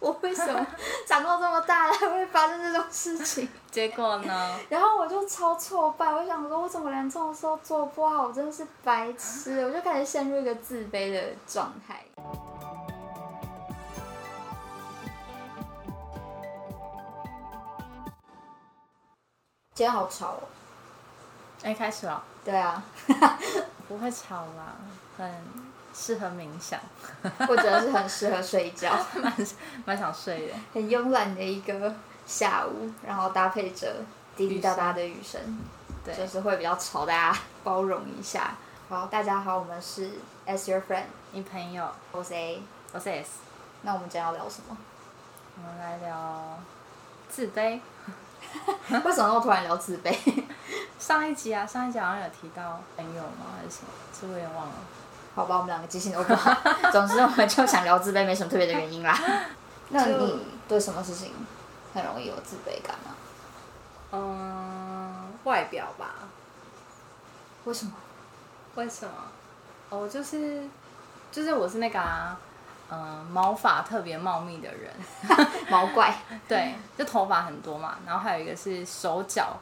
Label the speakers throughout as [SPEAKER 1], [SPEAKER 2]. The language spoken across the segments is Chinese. [SPEAKER 1] 为什么长到这么大了还会发生这种事情？
[SPEAKER 2] 结果呢？
[SPEAKER 1] 然后我就超挫败，我想说，我怎么连这种时候做不好？我真的是白痴，我就开始陷入一个自卑的状态。今天好吵哦。
[SPEAKER 2] 哎、开始了，
[SPEAKER 1] 对啊，
[SPEAKER 2] 不会吵啦，很适合冥想，
[SPEAKER 1] 我觉得是很适合睡觉，
[SPEAKER 2] 蛮蛮想睡的。
[SPEAKER 1] 很慵懒的一个下午，然后搭配着滴滴答答的雨声，
[SPEAKER 2] 对，
[SPEAKER 1] 就是会比较吵，大家包容一下。好，大家好，我们是 As Your Friend，
[SPEAKER 2] 你朋友，
[SPEAKER 1] 我是 A。
[SPEAKER 2] 我是 S，
[SPEAKER 1] 那我们今天要聊什么？
[SPEAKER 2] 我们来聊自卑。
[SPEAKER 1] 为什么我突然聊自卑？
[SPEAKER 2] 上一集啊，上一集好像有提到朋友吗？还是什么？这我也忘了。
[SPEAKER 1] 好吧，我们两个记性都不 好。总之，我们就想聊自卑，没什么特别的原因 啦。那
[SPEAKER 2] 就
[SPEAKER 1] 你对什么事情很容易有自卑感啊吗？
[SPEAKER 2] 嗯，外表吧。
[SPEAKER 1] 为什么？
[SPEAKER 2] 为什么？哦，就是就是我是那个啊，嗯，毛发特别茂密的人。
[SPEAKER 1] 毛怪，
[SPEAKER 2] 对，就头发很多嘛，然后还有一个是手脚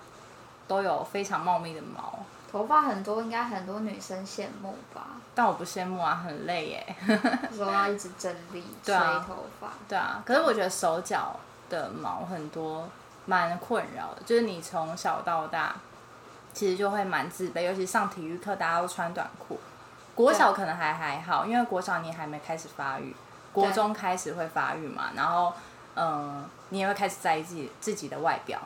[SPEAKER 2] 都有非常茂密的毛，
[SPEAKER 1] 头发很多，应该很多女生羡慕吧？
[SPEAKER 2] 但我不羡慕啊，很累耶。
[SPEAKER 1] 说要一直整理、
[SPEAKER 2] 对啊
[SPEAKER 1] 吹头发，
[SPEAKER 2] 对啊，可是我觉得手脚的毛很多，蛮困扰的，就是你从小到大其实就会蛮自卑，尤其上体育课大家都穿短裤，国小可能还还好，因为国小你还没开始发育，国
[SPEAKER 1] 对
[SPEAKER 2] 中开始会发育嘛，然后嗯，你也会开始在意自己自己的外表。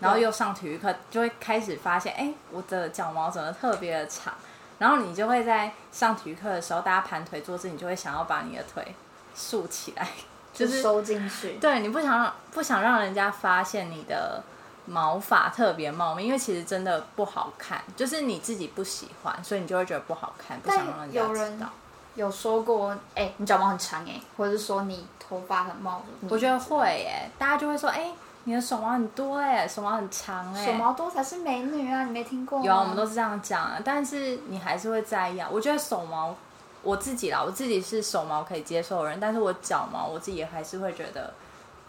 [SPEAKER 2] 然后又上体育课，就会开始发现，哎，我的脚毛怎么特别的长？然后你就会在上体育课的时候，大家盘腿坐姿，你就会想要把你的腿竖起来，就是
[SPEAKER 1] 收进去。
[SPEAKER 2] 对你不想让不想让人家发现你的毛发特别茂密，因为其实真的不好看，就是你自己不喜欢，所以你就会觉得不好看，不
[SPEAKER 1] 但
[SPEAKER 2] 想让人家
[SPEAKER 1] 有人
[SPEAKER 2] 知道。
[SPEAKER 1] 有说过，哎、你脚毛很长哎、或者是说你头发很茂密，
[SPEAKER 2] 我觉得会耶，大家就会说，哎、你的手毛很多哎，手毛很长哎，
[SPEAKER 1] 手毛多才是美女啊，你没听过吗？
[SPEAKER 2] 有啊，我们都是这样讲啊，但是你还是会在意啊。我觉得手毛，我自己啦，我自己是手毛可以接受的人，但是我脚毛我自己也还是会觉得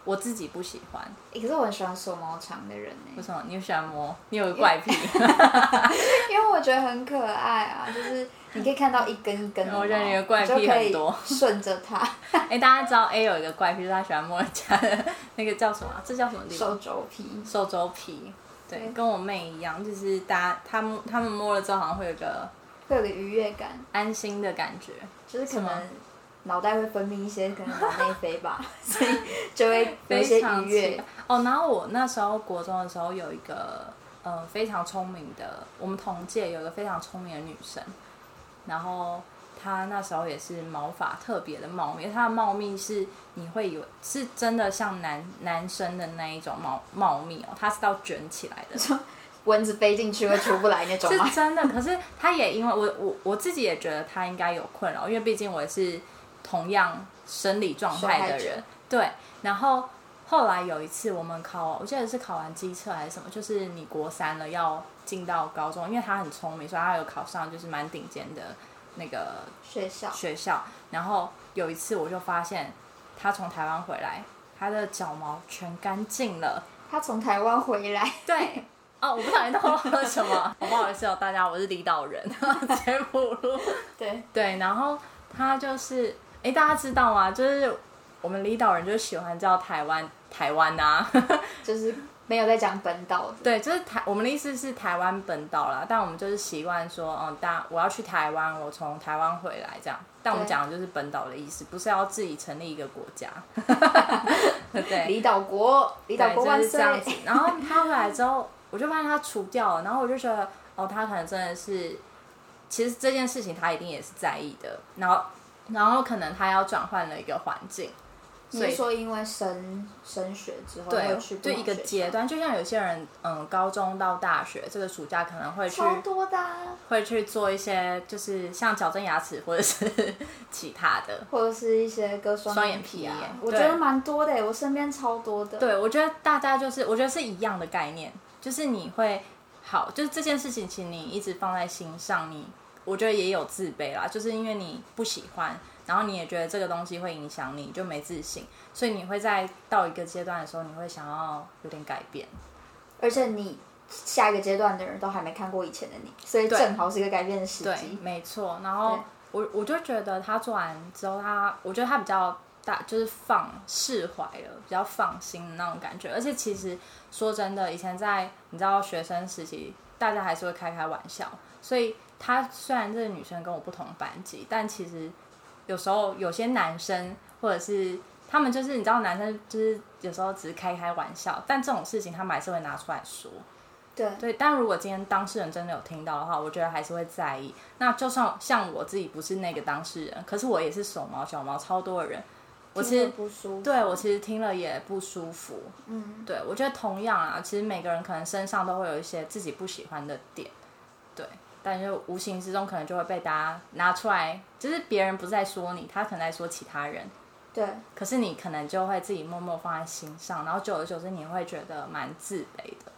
[SPEAKER 2] 我自己不喜欢。
[SPEAKER 1] 欸可是我很喜欢手毛长的人哎、
[SPEAKER 2] 为什么？你喜欢摸？你有个怪癖，
[SPEAKER 1] 因为我觉得很可爱啊，就是你可以看到一根一根的毛，
[SPEAKER 2] 我觉得你的怪癖
[SPEAKER 1] 你就可以
[SPEAKER 2] 很多
[SPEAKER 1] 顺着它
[SPEAKER 2] 哎、大家知道 A 有一个怪癖，就是他喜欢摸人家的那个叫什么啊？这叫什么地方？
[SPEAKER 1] 手肘 皮，
[SPEAKER 2] 手肘皮。对，
[SPEAKER 1] 对
[SPEAKER 2] 跟我妹一样，就是大家他们他们摸了之后，好像会有一个
[SPEAKER 1] 会有个愉悦感，
[SPEAKER 2] 安心的感觉。
[SPEAKER 1] 就是可
[SPEAKER 2] 是
[SPEAKER 1] 能
[SPEAKER 2] 吗
[SPEAKER 1] 脑袋会分泌一些可能脑内啡吧， 所以就会有一
[SPEAKER 2] 非
[SPEAKER 1] 些
[SPEAKER 2] 常
[SPEAKER 1] 愉
[SPEAKER 2] 期
[SPEAKER 1] 悦
[SPEAKER 2] 待。哦。然后我那时候国中的时候有一个呃非常聪明的，我们同届有一个非常聪明的女生，然后她那时候也是毛发特别的茂密，她的茂密是你会以为是真的像男男生的那一种茂茂密哦，她是到卷起来的，
[SPEAKER 1] 蚊子飞进去会出不来那种吗
[SPEAKER 2] 是？真的，可是他也因为我我我自己也觉得他应该有困扰，因为毕竟我也是同样生理状态
[SPEAKER 1] 受
[SPEAKER 2] 的
[SPEAKER 1] 害
[SPEAKER 2] 人
[SPEAKER 1] 者。
[SPEAKER 2] 对，然后后来有一次我们考，我记得是考完机测还是什么，就是你国三了要进到高中，因为他很聪明，所以他有考上就是蛮顶尖的那个
[SPEAKER 1] 学校
[SPEAKER 2] 学校。然后有一次我就发现他从台湾回来，他的脚毛全干净了。
[SPEAKER 1] 他从台湾回来，
[SPEAKER 2] 对。 哦，我不小心透露了什么，我不 好意思哦，大家，我是离岛人， 柬埔寨。
[SPEAKER 1] 对，
[SPEAKER 2] 对，然后他就是，哎，大家知道吗？就是我们离岛人就喜欢叫台湾台湾呐、
[SPEAKER 1] 就是没有在讲本岛的，
[SPEAKER 2] 对，就是台，我们的意思是台湾本岛啦，但我们就是习惯说，嗯，大我要去台湾，我从台湾回来这样。但我们
[SPEAKER 1] 对
[SPEAKER 2] 讲的就是本岛的意思，不是要自己成立一个国家。 对，
[SPEAKER 1] 离岛国，离岛
[SPEAKER 2] 对，
[SPEAKER 1] 国
[SPEAKER 2] 就
[SPEAKER 1] 万
[SPEAKER 2] 是这
[SPEAKER 1] 岁！
[SPEAKER 2] 样子。然后他回来之后，我就发现他除掉了，然后我就觉得，哦，他可能真的是，其实这件事情他一定也是在意的。然后，然后可能他要转换了一个环境，
[SPEAKER 1] 你
[SPEAKER 2] 所以
[SPEAKER 1] 是说因为升升学之后
[SPEAKER 2] 对
[SPEAKER 1] 会去，不
[SPEAKER 2] 就
[SPEAKER 1] 同
[SPEAKER 2] 一个
[SPEAKER 1] 学校
[SPEAKER 2] 阶段，就像有些人，嗯，高中到大学这个暑假可能会去
[SPEAKER 1] 超多的、啊，
[SPEAKER 2] 会去做一些，就是像矫正牙齿或者是 其他的。
[SPEAKER 1] 或者是一些割双
[SPEAKER 2] 双
[SPEAKER 1] 眼
[SPEAKER 2] 眼
[SPEAKER 1] 皮
[SPEAKER 2] 皮
[SPEAKER 1] 啊，
[SPEAKER 2] 耶
[SPEAKER 1] 我觉
[SPEAKER 2] 对
[SPEAKER 1] 得蛮多的耶，欸我身边超多的。，
[SPEAKER 2] 对，我觉得大家就是，我觉得是一样的概念，就是你会好，就是这件事情，请你一直放在心上，你我觉得也有自卑啦，就是因为你不喜欢，然后你也觉得这个东西会影响你，就没自信，所以你会在到一个阶段的时候，你会想要有点改变。
[SPEAKER 1] 而且你下一个阶段的人都还没看过以前的你，所以
[SPEAKER 2] 对
[SPEAKER 1] 正好是一个改变的时
[SPEAKER 2] 对
[SPEAKER 1] 机，。
[SPEAKER 2] 没错。然后
[SPEAKER 1] 对
[SPEAKER 2] 我我就觉得他做完之后他，我觉得他比较大，就是放释怀了，比较放心的那种感觉。而且其实说真的，以前在你知道学生时期，大家还是会开开玩笑，所以他虽然这个女生跟我不同班级，但其实有时候有些男生或者是。他们就是你知道，男生就是有时候只是开开玩笑，但这种事情他们还是会拿出来说。
[SPEAKER 1] 对
[SPEAKER 2] 对，但如果今天当事人真的有听到的话，我觉得还是会在意。那就算像我自己不是那个当事人，可是我也是手毛脚毛超多的人，我其
[SPEAKER 1] 听
[SPEAKER 2] 实
[SPEAKER 1] 着不舒服。
[SPEAKER 2] 对我其实听了也不舒服。
[SPEAKER 1] 嗯，
[SPEAKER 2] 对我觉得同样啊，其实每个人可能身上都会有一些自己不喜欢的点，对，但就无形之中可能就会被大家拿出来，就是别人不是在说你，他可能在说其他人，
[SPEAKER 1] 对，
[SPEAKER 2] 可是你可能就会自己默默放在心上，然后久而久之你会觉得蛮自卑的。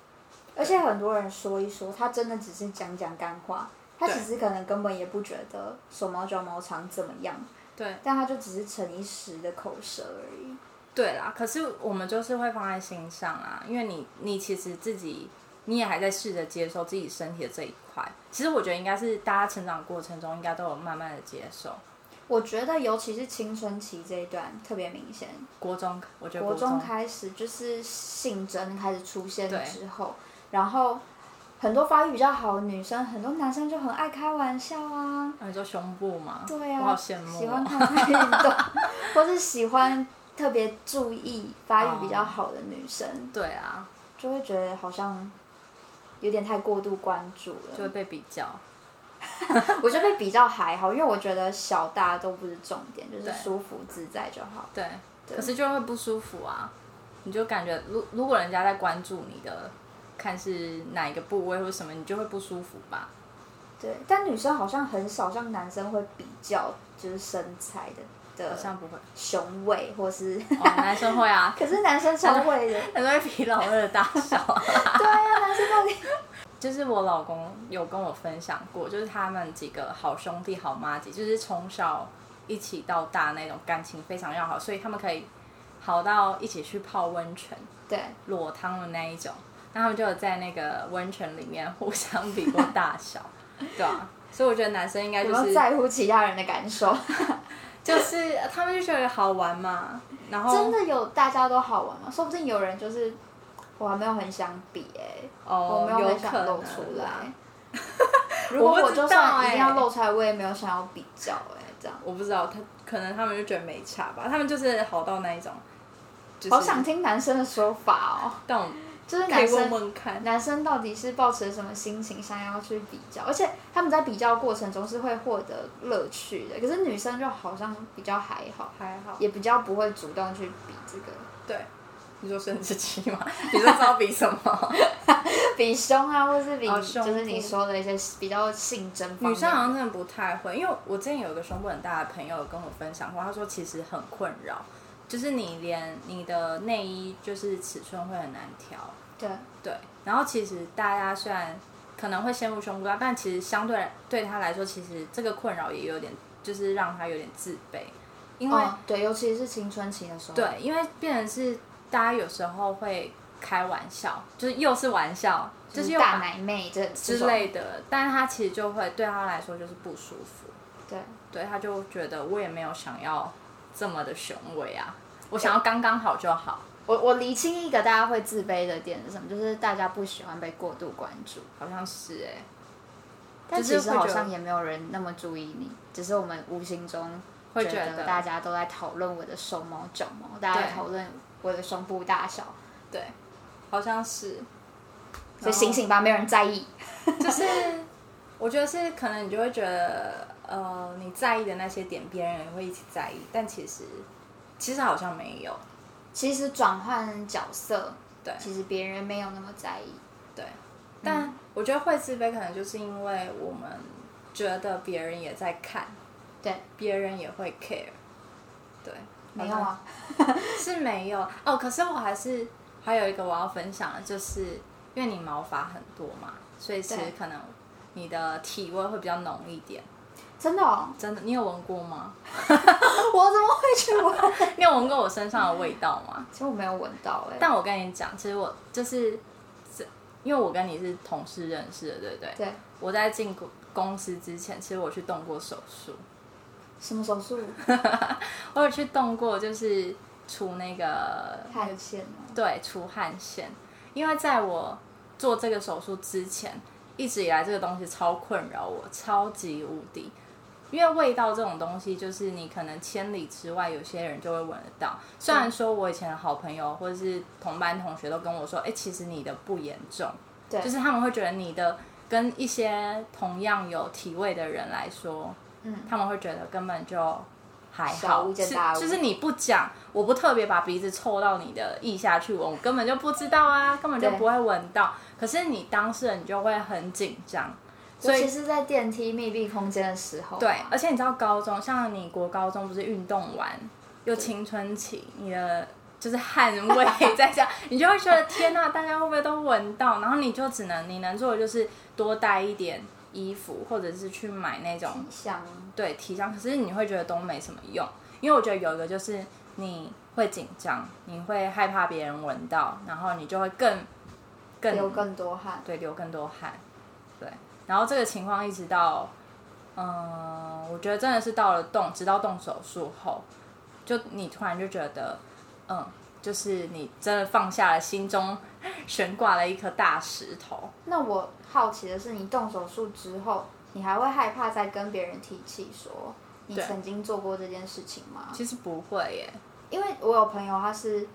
[SPEAKER 1] 而且很多人说一说，他真的只是讲讲干话，他
[SPEAKER 2] 对
[SPEAKER 1] 其实可能根本也不觉得手毛脚毛长怎么样，
[SPEAKER 2] 对，
[SPEAKER 1] 但他就只是逞一时的口舌而已。
[SPEAKER 2] 对啦，可是我们就是会放在心上啊，因为你你其实自己你也还在试着接受自己身体的这一块。其实我觉得应该是大家成长过程中应该都有慢慢的接受。
[SPEAKER 1] 我觉得，尤其是青春期这一段特别明显，
[SPEAKER 2] 国中，我觉得
[SPEAKER 1] 国
[SPEAKER 2] 国中
[SPEAKER 1] 中开始就是性征开始出现
[SPEAKER 2] 对
[SPEAKER 1] 之后，然后很多发育比较好的女生，很多男生就很爱开玩笑啊，
[SPEAKER 2] 啊，你说胸部嘛，
[SPEAKER 1] 对啊，
[SPEAKER 2] 我好羡慕哦
[SPEAKER 1] 喜欢看她运 动，或是喜欢特别注意发育比
[SPEAKER 2] 哦
[SPEAKER 1] 较好的女生，
[SPEAKER 2] 对啊，
[SPEAKER 1] 就会觉得好像有点太过度关注
[SPEAKER 2] 就会
[SPEAKER 1] 了。
[SPEAKER 2] 被比较。
[SPEAKER 1] 我觉得被比较还好，因为我觉得小大都不是重点，就是
[SPEAKER 2] 对
[SPEAKER 1] 舒服自在就好。
[SPEAKER 2] 对，
[SPEAKER 1] 对
[SPEAKER 2] 可是就会不舒服啊，你就感觉如如果人家在关注你的，看是哪一个部位或什么，你就会不舒服吧。
[SPEAKER 1] 对，但女生好像很少像男生会比较就是身材的
[SPEAKER 2] 好
[SPEAKER 1] 的
[SPEAKER 2] 像不会，
[SPEAKER 1] 雄伟，或是，
[SPEAKER 2] 哦，男生会 啊
[SPEAKER 1] 可是男生超会的，
[SPEAKER 2] 很多疲劳的大小啊。
[SPEAKER 1] 对啊，男生 到底
[SPEAKER 2] 就是我老公有跟我分享过，就是他们几个好兄弟、好妈姐，就是从小一起到大那种感情非常要好，所以他们可以好到一起去泡温泉、
[SPEAKER 1] 对
[SPEAKER 2] 裸汤的那一种。那他们就有在那个温泉里面互相比过大小，对啊。所以我觉得男生应该
[SPEAKER 1] 有
[SPEAKER 2] 就
[SPEAKER 1] 没有
[SPEAKER 2] 是哦
[SPEAKER 1] 在乎其他人的感受？
[SPEAKER 2] 就是他们就觉得好玩嘛，然 后
[SPEAKER 1] 真的有大家都好玩吗？说不定有人就是我还没有很想比哎、我
[SPEAKER 2] 哦
[SPEAKER 1] 没有
[SPEAKER 2] 有
[SPEAKER 1] 很想
[SPEAKER 2] 可
[SPEAKER 1] 露
[SPEAKER 2] 能
[SPEAKER 1] 出
[SPEAKER 2] 啦
[SPEAKER 1] 来。 如果
[SPEAKER 2] 我不
[SPEAKER 1] 我
[SPEAKER 2] 知
[SPEAKER 1] 就
[SPEAKER 2] 道
[SPEAKER 1] 算一定要
[SPEAKER 2] 欸
[SPEAKER 1] 露出来，我也没有想要比较哎、这样。
[SPEAKER 2] 我不知道他可能他们就觉得没差吧，他们就是好到那一种，就是、
[SPEAKER 1] 好想听男生的说法哦，
[SPEAKER 2] 但我
[SPEAKER 1] 就是
[SPEAKER 2] 可
[SPEAKER 1] 男
[SPEAKER 2] 以
[SPEAKER 1] 生
[SPEAKER 2] 问问看。
[SPEAKER 1] 男生到底是抱持什么心情想要去比较，而且他们在比较过程中是会获得乐趣的，可是女生就好像比较还好，
[SPEAKER 2] 还好，
[SPEAKER 1] 也比较不会主动去比这个，
[SPEAKER 2] 对，你说生殖器吗？ 你说知道比什么？
[SPEAKER 1] 比胸啊，或是比、
[SPEAKER 2] 哦胸
[SPEAKER 1] 就是你
[SPEAKER 2] 部
[SPEAKER 1] 说的一些比较性征方面
[SPEAKER 2] 女生好像真的不太会，因为我之前有一个胸部很大的朋友有跟我分享过，他说其实很困扰，就是你连你的内衣就是尺寸会很难调，
[SPEAKER 1] 对
[SPEAKER 2] 对。然后其实大家虽然可能会陷入胸部大，但其实相对来对他来说，其实这个困扰也有点，就是让他有点自卑，因为、
[SPEAKER 1] 哦对，尤其是青春期的时候，
[SPEAKER 2] 对，因为变成是大家有时候会开玩笑，就是又是玩笑，
[SPEAKER 1] 就
[SPEAKER 2] 就是是又
[SPEAKER 1] 大
[SPEAKER 2] 把
[SPEAKER 1] 奶妹这之
[SPEAKER 2] 之类的，但是他其实就会对他来说就是不舒服，
[SPEAKER 1] 对。
[SPEAKER 2] 对他就觉得我也没有想要这么的雄伟啊，我想要刚刚好就好。
[SPEAKER 1] 我我厘清一个大家会自卑的点是什么，就是大家不喜欢被过度关注，
[SPEAKER 2] 好像是哎、
[SPEAKER 1] 但
[SPEAKER 2] 就是
[SPEAKER 1] 其实
[SPEAKER 2] 会
[SPEAKER 1] 好
[SPEAKER 2] 觉得
[SPEAKER 1] 像也没有人那么注意你，只是我们无形中
[SPEAKER 2] 会
[SPEAKER 1] 觉
[SPEAKER 2] 觉
[SPEAKER 1] 得
[SPEAKER 2] 得
[SPEAKER 1] 大家都在讨论我的手毛脚毛，大家在
[SPEAKER 2] 对
[SPEAKER 1] 讨论我的胸部大小，
[SPEAKER 2] 对，好像是，
[SPEAKER 1] 所以
[SPEAKER 2] 后
[SPEAKER 1] 醒醒吧，没有人在意。
[SPEAKER 2] 就是我觉得是可能你就会觉得呃你在意的那些点，别人也会一起在意，但其实其实好像没有，
[SPEAKER 1] 其实转换角色，
[SPEAKER 2] 对
[SPEAKER 1] 其实别人没有那么在意。
[SPEAKER 2] 对，
[SPEAKER 1] 嗯
[SPEAKER 2] 但我觉得会自卑可能就是因为我们觉得别人也在看，
[SPEAKER 1] 对，
[SPEAKER 2] 别人也会 care，对，
[SPEAKER 1] 没有啊，
[SPEAKER 2] 是没有哦。可是我还是还有一个我要分享的，就是因为你毛发很多嘛，所以其实
[SPEAKER 1] 对
[SPEAKER 2] 可能你的体味会比较浓一点。
[SPEAKER 1] 真的、哦，
[SPEAKER 2] 真的，你有闻过吗？
[SPEAKER 1] 我怎么会去闻？
[SPEAKER 2] 你有闻过我身上的味道吗？
[SPEAKER 1] 其实我没有闻到哎、
[SPEAKER 2] 但我跟你讲，其实我就是，这因为我跟你是同事认识的，对不对？
[SPEAKER 1] 对，
[SPEAKER 2] 我在进公公司之前，其实我去动过手术，
[SPEAKER 1] 什么手术？
[SPEAKER 2] 我有去动过，就是除那个
[SPEAKER 1] 汗腺吗？
[SPEAKER 2] 对，除汗腺，因为在我做这个手术之前，一直以来这个东西超困扰我，超级无敌。因为味道这种东西，就是你可能千里之外，有些人就会闻得到。虽然说我以前的好朋友或者是同班同学都跟我说，哎、其实你的不严重，
[SPEAKER 1] 对
[SPEAKER 2] 就是他们会觉得你的跟一些同样有体味的人来说，
[SPEAKER 1] 嗯，
[SPEAKER 2] 他们会觉得根本就还
[SPEAKER 1] 小
[SPEAKER 2] 好，
[SPEAKER 1] 巫见
[SPEAKER 2] 是
[SPEAKER 1] 大巫
[SPEAKER 2] 就是你不讲，我不特别把鼻子凑到你的腋下去闻，我根本就不知道啊，根本就
[SPEAKER 1] 对
[SPEAKER 2] 不会闻到。可是你当事人你就会很紧张，
[SPEAKER 1] 尤
[SPEAKER 2] 所
[SPEAKER 1] 其
[SPEAKER 2] 以
[SPEAKER 1] 是在电梯密闭空间的时候啊，
[SPEAKER 2] 对，而且你知道高中，像你国高中不是运动完又青春期，你的。就是汗味在这样，你就会觉得天呐、大家会不会都闻到？然后你就只能你能做的就是多带一点衣服，或者是去买那种
[SPEAKER 1] 香
[SPEAKER 2] 对提倡，可是你会觉得都没什么用，因为我觉得有一个就是你会紧张，你会害怕别人闻到，然后你就会更更
[SPEAKER 1] 流更多汗，
[SPEAKER 2] 对流更多汗，对，然后这个情况一直到嗯，我觉得真的是到了动，直到动手术后，就你突然就觉得嗯，就是你真的放下了心中 悬挂了一颗大石头，
[SPEAKER 1] 那我好奇的是，你动手术之后，你还会害怕再跟别人提起说你
[SPEAKER 2] 对
[SPEAKER 1] 曾经做过这件事情吗？
[SPEAKER 2] 其实不会耶，
[SPEAKER 1] 因为我有朋友他是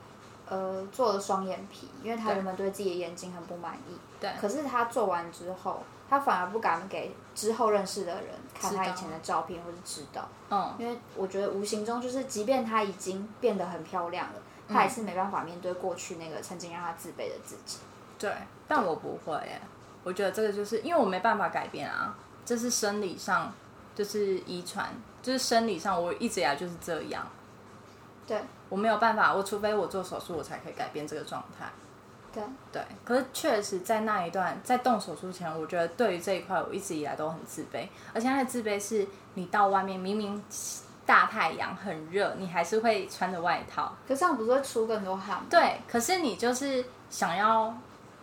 [SPEAKER 1] 呃做了双眼皮，因为他
[SPEAKER 2] 对
[SPEAKER 1] 原本对自己的眼睛很不满意，
[SPEAKER 2] 对，
[SPEAKER 1] 可是他做完之后，他反而不敢给之后认识的人看
[SPEAKER 2] 知
[SPEAKER 1] 他
[SPEAKER 2] 道
[SPEAKER 1] 以前的照片或者知道，
[SPEAKER 2] 嗯。
[SPEAKER 1] 因为我觉得无形中就是，即便他已经变得很漂亮了，
[SPEAKER 2] 嗯
[SPEAKER 1] 他也是没办法面对过去那个曾经让他自卑的自己。
[SPEAKER 2] 对，但我不会耶。我觉得这个就是因为我没办法改变啊，这是生理上，就是遗传，就是生理上我一直以来就是这样，
[SPEAKER 1] 对
[SPEAKER 2] 我没有办法，我除非我做手术，我才可以改变这个状态。
[SPEAKER 1] 对，
[SPEAKER 2] 对，可是确实在那一段在动手术前，我觉得对于这一块我一直以来都很自卑，而且那个自卑是你到外面明明大太阳很热，你还是会穿着外套，
[SPEAKER 1] 可这样不是会出更多汗吗？
[SPEAKER 2] 对，可是你就是想要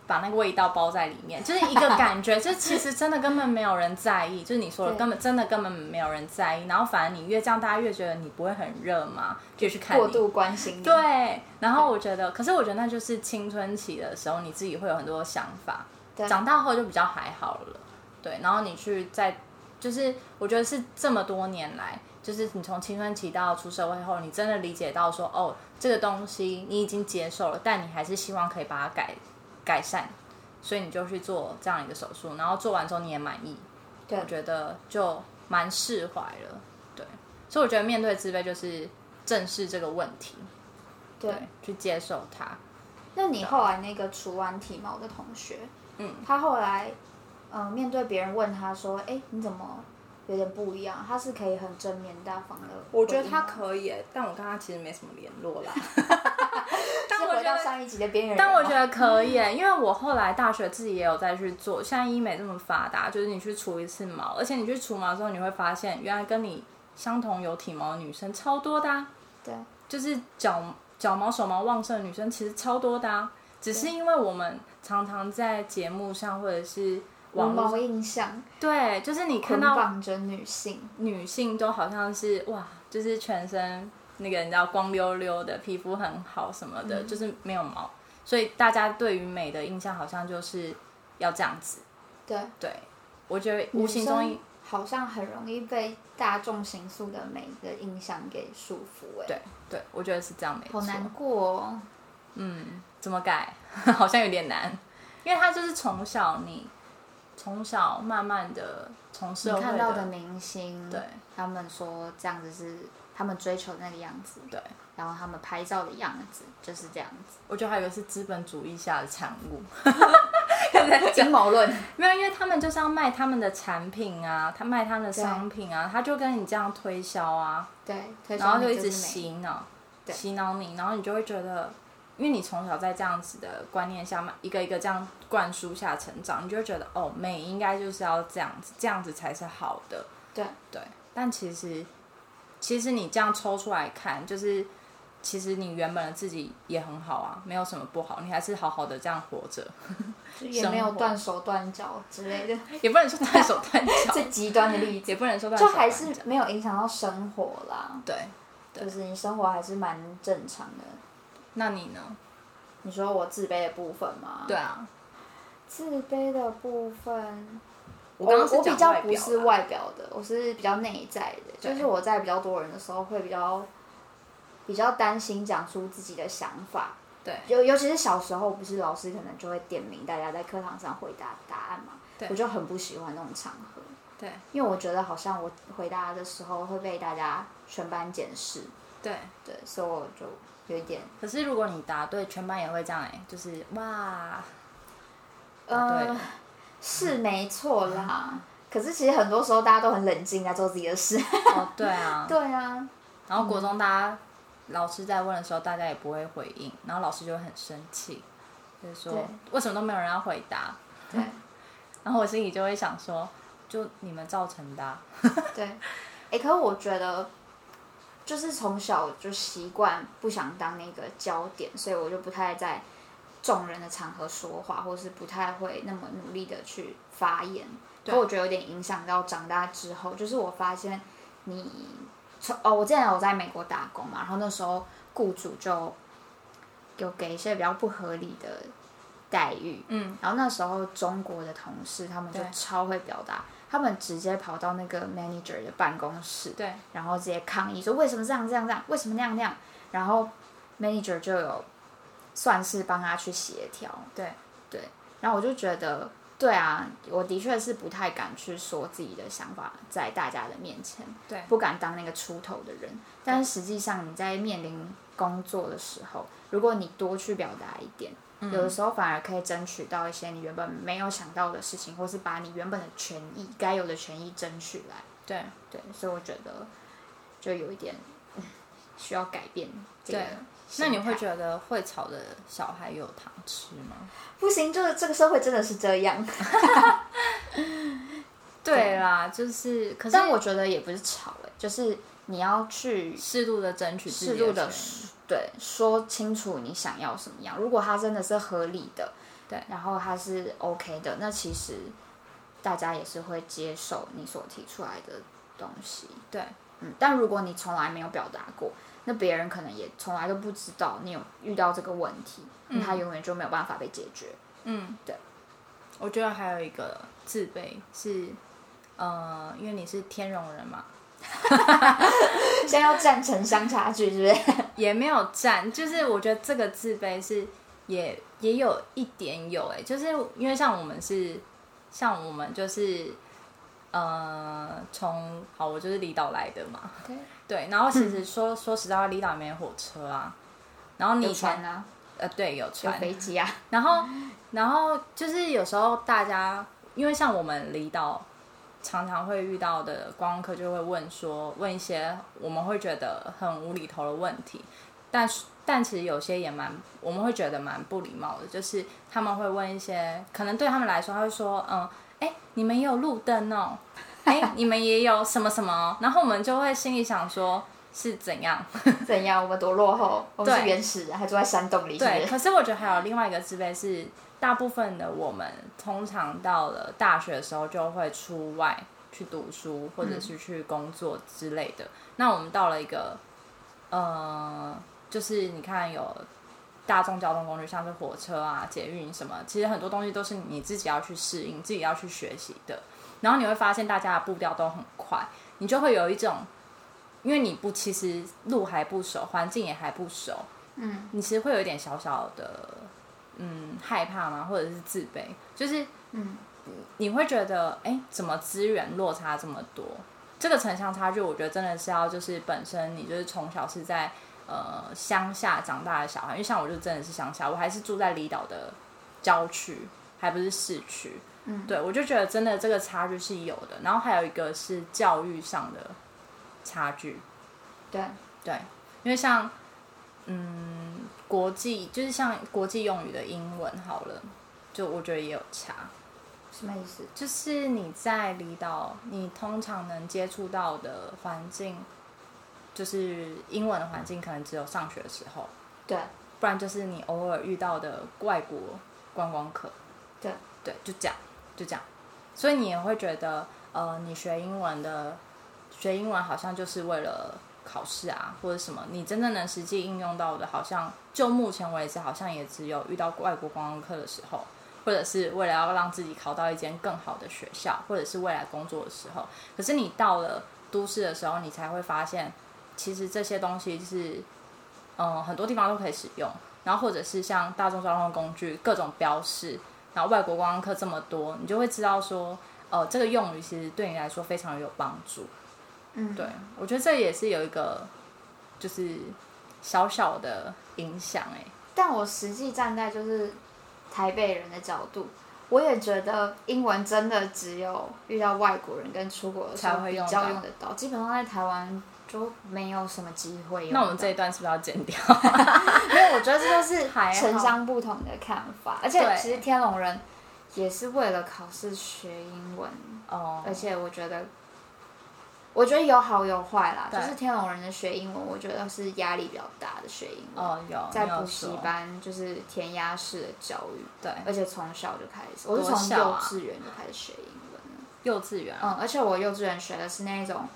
[SPEAKER 2] 把那个味道包在里面，就是一个 感觉，就其实真的根本没有人在意，就是你说的
[SPEAKER 1] 对
[SPEAKER 2] 根本真的根本没有人在意，然后反而你越这样，大家越觉得你不会很热嘛，就去看
[SPEAKER 1] 过
[SPEAKER 2] 你。
[SPEAKER 1] 度关心你。
[SPEAKER 2] 对，然后我觉得，可是我觉得那就是青春期的时候，你自己会有很多想法，
[SPEAKER 1] 对
[SPEAKER 2] 长大后就比较还好了。对，然后你去在，就是我觉得是这么多年来，就是你从青春期到出社会后，你真的理解到说，哦，这个东西你已经接受了，但你还是希望可以把它改改善，所以你就去做这样一个手术，然后做完之后你也满意，
[SPEAKER 1] 对
[SPEAKER 2] 我觉得就蛮释怀了。对，所以我觉得面对自卑就是正视这个问题，
[SPEAKER 1] 对，
[SPEAKER 2] 去接受它。
[SPEAKER 1] 那你后来那个除完体毛的同学，
[SPEAKER 2] 嗯，
[SPEAKER 1] 他后来，呃，面对别人问他说：“哎、你怎么有点不一样？”他是可以很正面大方的。
[SPEAKER 2] 我觉得他，可以耶，但我跟他其实没什么联络啦。但
[SPEAKER 1] 是
[SPEAKER 2] 我觉
[SPEAKER 1] 回到
[SPEAKER 2] 得，
[SPEAKER 1] 上一集的边缘人吗。
[SPEAKER 2] 但我觉得可以耶，因为我后来大学自己也有再去做。现在医美这么发达，就是你去除一次毛，而且你去除毛之后，你会发现原来跟你相同有体毛的女生超多的、啊，
[SPEAKER 1] 对
[SPEAKER 2] 就是脚脚毛、手毛旺盛的女生其实超多的、啊。只是因为我们常常在节目上或者是
[SPEAKER 1] 无
[SPEAKER 2] 网络
[SPEAKER 1] 毛
[SPEAKER 2] 上，
[SPEAKER 1] 印象
[SPEAKER 2] 对，就是你看
[SPEAKER 1] 捆
[SPEAKER 2] 到
[SPEAKER 1] 绑着女性。
[SPEAKER 2] 女性都好像是哇，就是全身那个你知道光溜溜的，皮肤很好什么
[SPEAKER 1] 嗯
[SPEAKER 2] 的，就是没有毛，所以大家对于美的印象好像就是要这样子。
[SPEAKER 1] 对，
[SPEAKER 2] 对，我觉得无形
[SPEAKER 1] 女
[SPEAKER 2] 中
[SPEAKER 1] 生好像很容易被大众形塑的美的印象给束缚、哎，
[SPEAKER 2] 对对，我觉得是这样没
[SPEAKER 1] 好
[SPEAKER 2] 错。
[SPEAKER 1] 难过哦。
[SPEAKER 2] 嗯，怎么改？ 好像有点难，因为他就是从小你从小慢慢的从
[SPEAKER 1] 你
[SPEAKER 2] 社会
[SPEAKER 1] 看到的明星，
[SPEAKER 2] 对，
[SPEAKER 1] 他们说这样子是他们追求那个样子，
[SPEAKER 2] 对，
[SPEAKER 1] 然后他们拍照的样子就是这样 子。
[SPEAKER 2] 我觉得还有一个是资本主义下的产物。刚才讲
[SPEAKER 1] 阴谋论，
[SPEAKER 2] 没有，因为他们就是要卖他们的产品啊，他卖他们的商品啊，他就跟你这样推销啊，
[SPEAKER 1] 对，推
[SPEAKER 2] 然后
[SPEAKER 1] 崇
[SPEAKER 2] 就
[SPEAKER 1] 你
[SPEAKER 2] 一直
[SPEAKER 1] 是美
[SPEAKER 2] 洗脑，
[SPEAKER 1] 对
[SPEAKER 2] 洗脑你，然后你就会觉得因为你从小在这样子的观念下嘛，一个一个这样灌输下成长，你就会觉得哦，美应该就是要这样子，这样子才是好的。
[SPEAKER 1] 对
[SPEAKER 2] 对，但其实其实你这样抽出来看，就是其实你原本的自己也很好啊，没有什么不好，你还是好好的这样活着，
[SPEAKER 1] 就也没有
[SPEAKER 2] 生活
[SPEAKER 1] 断手断脚之类 的，
[SPEAKER 2] 也不能说断手断脚，
[SPEAKER 1] 最极端的 例子，
[SPEAKER 2] 也不能说断手
[SPEAKER 1] 就
[SPEAKER 2] 断
[SPEAKER 1] 还
[SPEAKER 2] 脚，
[SPEAKER 1] 是没有影响到生活啦，
[SPEAKER 2] 对。对
[SPEAKER 1] 就是你生活还是蛮正常的。
[SPEAKER 2] 那你呢？
[SPEAKER 1] 你说我自卑的部分吗？
[SPEAKER 2] 对，啊，
[SPEAKER 1] 自卑的部分，
[SPEAKER 2] 我刚刚
[SPEAKER 1] 我
[SPEAKER 2] 是
[SPEAKER 1] 我比
[SPEAKER 2] 讲
[SPEAKER 1] 较
[SPEAKER 2] 外
[SPEAKER 1] 不
[SPEAKER 2] 表
[SPEAKER 1] 是
[SPEAKER 2] 啦，
[SPEAKER 1] 外表的，我是比较内在的，
[SPEAKER 2] 对
[SPEAKER 1] 就是我在比较多人的时候会比较比较担心讲出自己的想法，
[SPEAKER 2] 对
[SPEAKER 1] 尤尤其是小时候，不是老师可能就会点名大家在课堂上回答答案嘛，
[SPEAKER 2] 对
[SPEAKER 1] 我就很不喜欢那种场合，
[SPEAKER 2] 对
[SPEAKER 1] 因为我觉得好像我回答的时候会被大家全班检视，
[SPEAKER 2] 对。
[SPEAKER 1] 对，所以我就有一点，
[SPEAKER 2] 可是如果你答对，全班也会这样哎、就是 哇，
[SPEAKER 1] 嗯、
[SPEAKER 2] 啊对嗯
[SPEAKER 1] 是没错啦。可是其实很多时候大家都很冷静在做自己的事，
[SPEAKER 2] 哦对啊，
[SPEAKER 1] 对啊，
[SPEAKER 2] 然后国中大家、老师在问的时候，大家也不会回应，然后老师就会很生气，就是
[SPEAKER 1] 对
[SPEAKER 2] 说为什么都没有人要回答？
[SPEAKER 1] 对
[SPEAKER 2] 然后我心里就会想说，就你们造成的啊、
[SPEAKER 1] 对，哎、可是我觉得就是从小就习惯不想当那个焦点，所以我就不太在众人的场合说话，或是不太会那么努力的去发言。
[SPEAKER 2] 对
[SPEAKER 1] 可我觉得有点影响到长大之后，就是我发现你从哦，我之前有在美国打工嘛，然后那时候雇主就有给一些比较不合理的待遇，
[SPEAKER 2] 嗯，
[SPEAKER 1] 然后那时候中国的同事他们就
[SPEAKER 2] 对
[SPEAKER 1] 超会表达，他们直接跑到那个 manager 的办公室，
[SPEAKER 2] 对
[SPEAKER 1] 然后直接抗议说为什么这样这样这样，为什么那样那样，然后 manager 就有算是帮他去协调，
[SPEAKER 2] 对
[SPEAKER 1] 对，然后我就觉得，对啊，我的确是不太敢去说自己的想法在大家的面前，
[SPEAKER 2] 对
[SPEAKER 1] 不敢当那个出头的人。但是实际上你在面临工作的时候，如果你多去表达一点，
[SPEAKER 2] 嗯
[SPEAKER 1] 有的时候反而可以争取到一些你原本没有想到的事情，或是把你原本的权益该有的权益争取来。
[SPEAKER 2] 对
[SPEAKER 1] 对，所以我觉得就有一点 嗯需要改变这个
[SPEAKER 2] 对
[SPEAKER 1] 心态。
[SPEAKER 2] 那你会觉得会吵的小孩有糖吃吗？
[SPEAKER 1] 不行，这个这个社会真的是这样。
[SPEAKER 2] 对啦，就是可是
[SPEAKER 1] 但我觉得也不是吵、欸，就是你要去
[SPEAKER 2] 适度的争取自
[SPEAKER 1] 适
[SPEAKER 2] 己
[SPEAKER 1] 度
[SPEAKER 2] 的
[SPEAKER 1] 的
[SPEAKER 2] 权益
[SPEAKER 1] 对说清楚你想要什么样。如果它真的是合理的，
[SPEAKER 2] 对，
[SPEAKER 1] 然后它是 OK 的，那其实大家也是会接受你所提出来的东西。
[SPEAKER 2] 对
[SPEAKER 1] 嗯，但如果你从来没有表达过，那别人可能也从来都不知道你有遇到这个问题，那他永远就没有办法被解决。
[SPEAKER 2] 嗯，
[SPEAKER 1] 对。
[SPEAKER 2] 我觉得还有一个自卑是，呃，因为你是天龙人嘛，
[SPEAKER 1] 现在要站城乡差距，是不是？
[SPEAKER 2] 也没有占，就是我觉得这个自卑是也也有一点有哎、就是因为像我们是像我们就是呃从好我就是离岛来的嘛，
[SPEAKER 1] 对，
[SPEAKER 2] 对，然后其实说、说实在话，离岛也没火车啊，然后你
[SPEAKER 1] 有
[SPEAKER 2] 以
[SPEAKER 1] 船
[SPEAKER 2] 前
[SPEAKER 1] 啊，
[SPEAKER 2] 呃对有
[SPEAKER 1] 有
[SPEAKER 2] 船，
[SPEAKER 1] 飞机啊，
[SPEAKER 2] 然后，然后就是有时候大家，因为像我们离岛，常常会遇到的观光客就会问说，问一些我们会觉得很无厘头的问题，但是但其实有些也蛮，我们会觉得蛮不礼貌的，就是他们会问一些，可能对他们来说，他会说，嗯，哎，你们也有路灯哦，哎，你们也有什么什么哦，然后我们就会心里想说。是怎样？
[SPEAKER 1] 怎样？我们多落后，我们是
[SPEAKER 2] 对
[SPEAKER 1] 原始人，还住在山洞里，是不
[SPEAKER 2] 对，
[SPEAKER 1] 是？
[SPEAKER 2] 可是我觉得还有另外一个自卑是，大部分的我们通常到了大学的时候就会出外去读书，或者是去工作之类的。那我们到了一个，呃，就是你看有大众交通工具，像是火车啊、捷运什么，其实很多东西都是你自己要去适应、自己要去学习的。然后你会发现大家的步调都很快，你就会有一种，因为你不其实路还不熟，环境也还不熟，
[SPEAKER 1] 嗯，
[SPEAKER 2] 你其实会有一点小小的，嗯，害怕吗？或者是自卑？就是
[SPEAKER 1] 嗯，
[SPEAKER 2] 你会觉得，哎、怎么资源落差这么多？这个城乡差距，我觉得真的是要就是本身你就是从小是在呃乡下长大的小孩，因为像我就真的是乡下，我还是住在离岛的郊区，还不是市区。
[SPEAKER 1] 嗯
[SPEAKER 2] 对我就觉得真的这个差距是有的。然后还有一个是教育上的差距，
[SPEAKER 1] 对，
[SPEAKER 2] 对，因为像嗯国际就是像国际用语的英文好了，就我觉得也有差。
[SPEAKER 1] 什么意思？
[SPEAKER 2] 就是你在离岛，你通常能接触到的环境，就是英文的环境，可能只有上学的时候，
[SPEAKER 1] 对
[SPEAKER 2] 不然就是你偶尔遇到的外国观光客，
[SPEAKER 1] 对
[SPEAKER 2] 对，就这样，就这样。所以你也会觉得，呃，你学英文的学英文好像就是为了考试啊，或者什么，你真正能实际应用到的，好像就目前为止，好像也只有遇到外国观光客的时候，或者是为了要让自己考到一间更好的学校，或者是未来工作的时候。可是你到了都市的时候，你才会发现，其实这些东西是，嗯、很多地方都可以使用。然后或者是像大众交通工具各种标示，然后外国观光客这么多，你就会知道说，呃，这个用语其实对你来说非常有帮助。
[SPEAKER 1] 嗯
[SPEAKER 2] 对我觉得这也是有一个就是小小的影响哎、
[SPEAKER 1] 但我实际站在就是台北人的角度，我也觉得英文真的只有遇到外国人跟出国的时
[SPEAKER 2] 才
[SPEAKER 1] 候
[SPEAKER 2] 会
[SPEAKER 1] 比
[SPEAKER 2] 用
[SPEAKER 1] 较
[SPEAKER 2] 到
[SPEAKER 1] 用得到，基本上在台湾就没有什么机会用
[SPEAKER 2] 那我们
[SPEAKER 1] 到
[SPEAKER 2] 这一段是不是要剪 掉？
[SPEAKER 1] 因为我觉得这就是
[SPEAKER 2] 还好嗯
[SPEAKER 1] 城乡不同的看法，而且
[SPEAKER 2] 对
[SPEAKER 1] 其实天龙人也是为了考试学英文，
[SPEAKER 2] 哦
[SPEAKER 1] 而且我觉得，我觉得有好有坏啦，就
[SPEAKER 2] 对
[SPEAKER 1] 是天龙人的学英文，我觉得是压力比较大的学英文，
[SPEAKER 2] 哦，有
[SPEAKER 1] 在
[SPEAKER 2] 你有
[SPEAKER 1] 补习
[SPEAKER 2] 说
[SPEAKER 1] 班就是填鸭式的教育，
[SPEAKER 2] 对
[SPEAKER 1] 而且从小就开始，我是
[SPEAKER 2] 多
[SPEAKER 1] 从
[SPEAKER 2] 小
[SPEAKER 1] 幼
[SPEAKER 2] 啊
[SPEAKER 1] 稚园就开始学英文了。
[SPEAKER 2] 幼稚园
[SPEAKER 1] 嗯，而且我幼稚园学的是那一种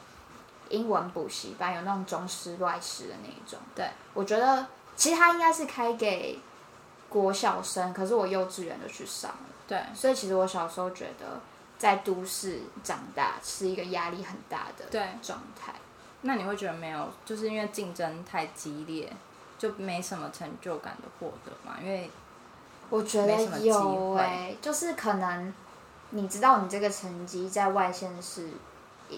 [SPEAKER 1] 英文补习班，有那种中师外师的那一种。
[SPEAKER 2] 对，
[SPEAKER 1] 我觉得其实它应该是开给国小生，可是我幼稚园就去上了，
[SPEAKER 2] 对
[SPEAKER 1] 所以其实我小时候觉得在都市长大是一个压力很大的
[SPEAKER 2] 对，
[SPEAKER 1] 状态。
[SPEAKER 2] 那你会觉得没有，就是因为竞争太激烈，就没什么成就感的获得嘛？因为
[SPEAKER 1] 我觉
[SPEAKER 2] 没什么
[SPEAKER 1] 得
[SPEAKER 2] 机
[SPEAKER 1] 有
[SPEAKER 2] 会
[SPEAKER 1] 哎、就是可能你知道你这个成绩在外县市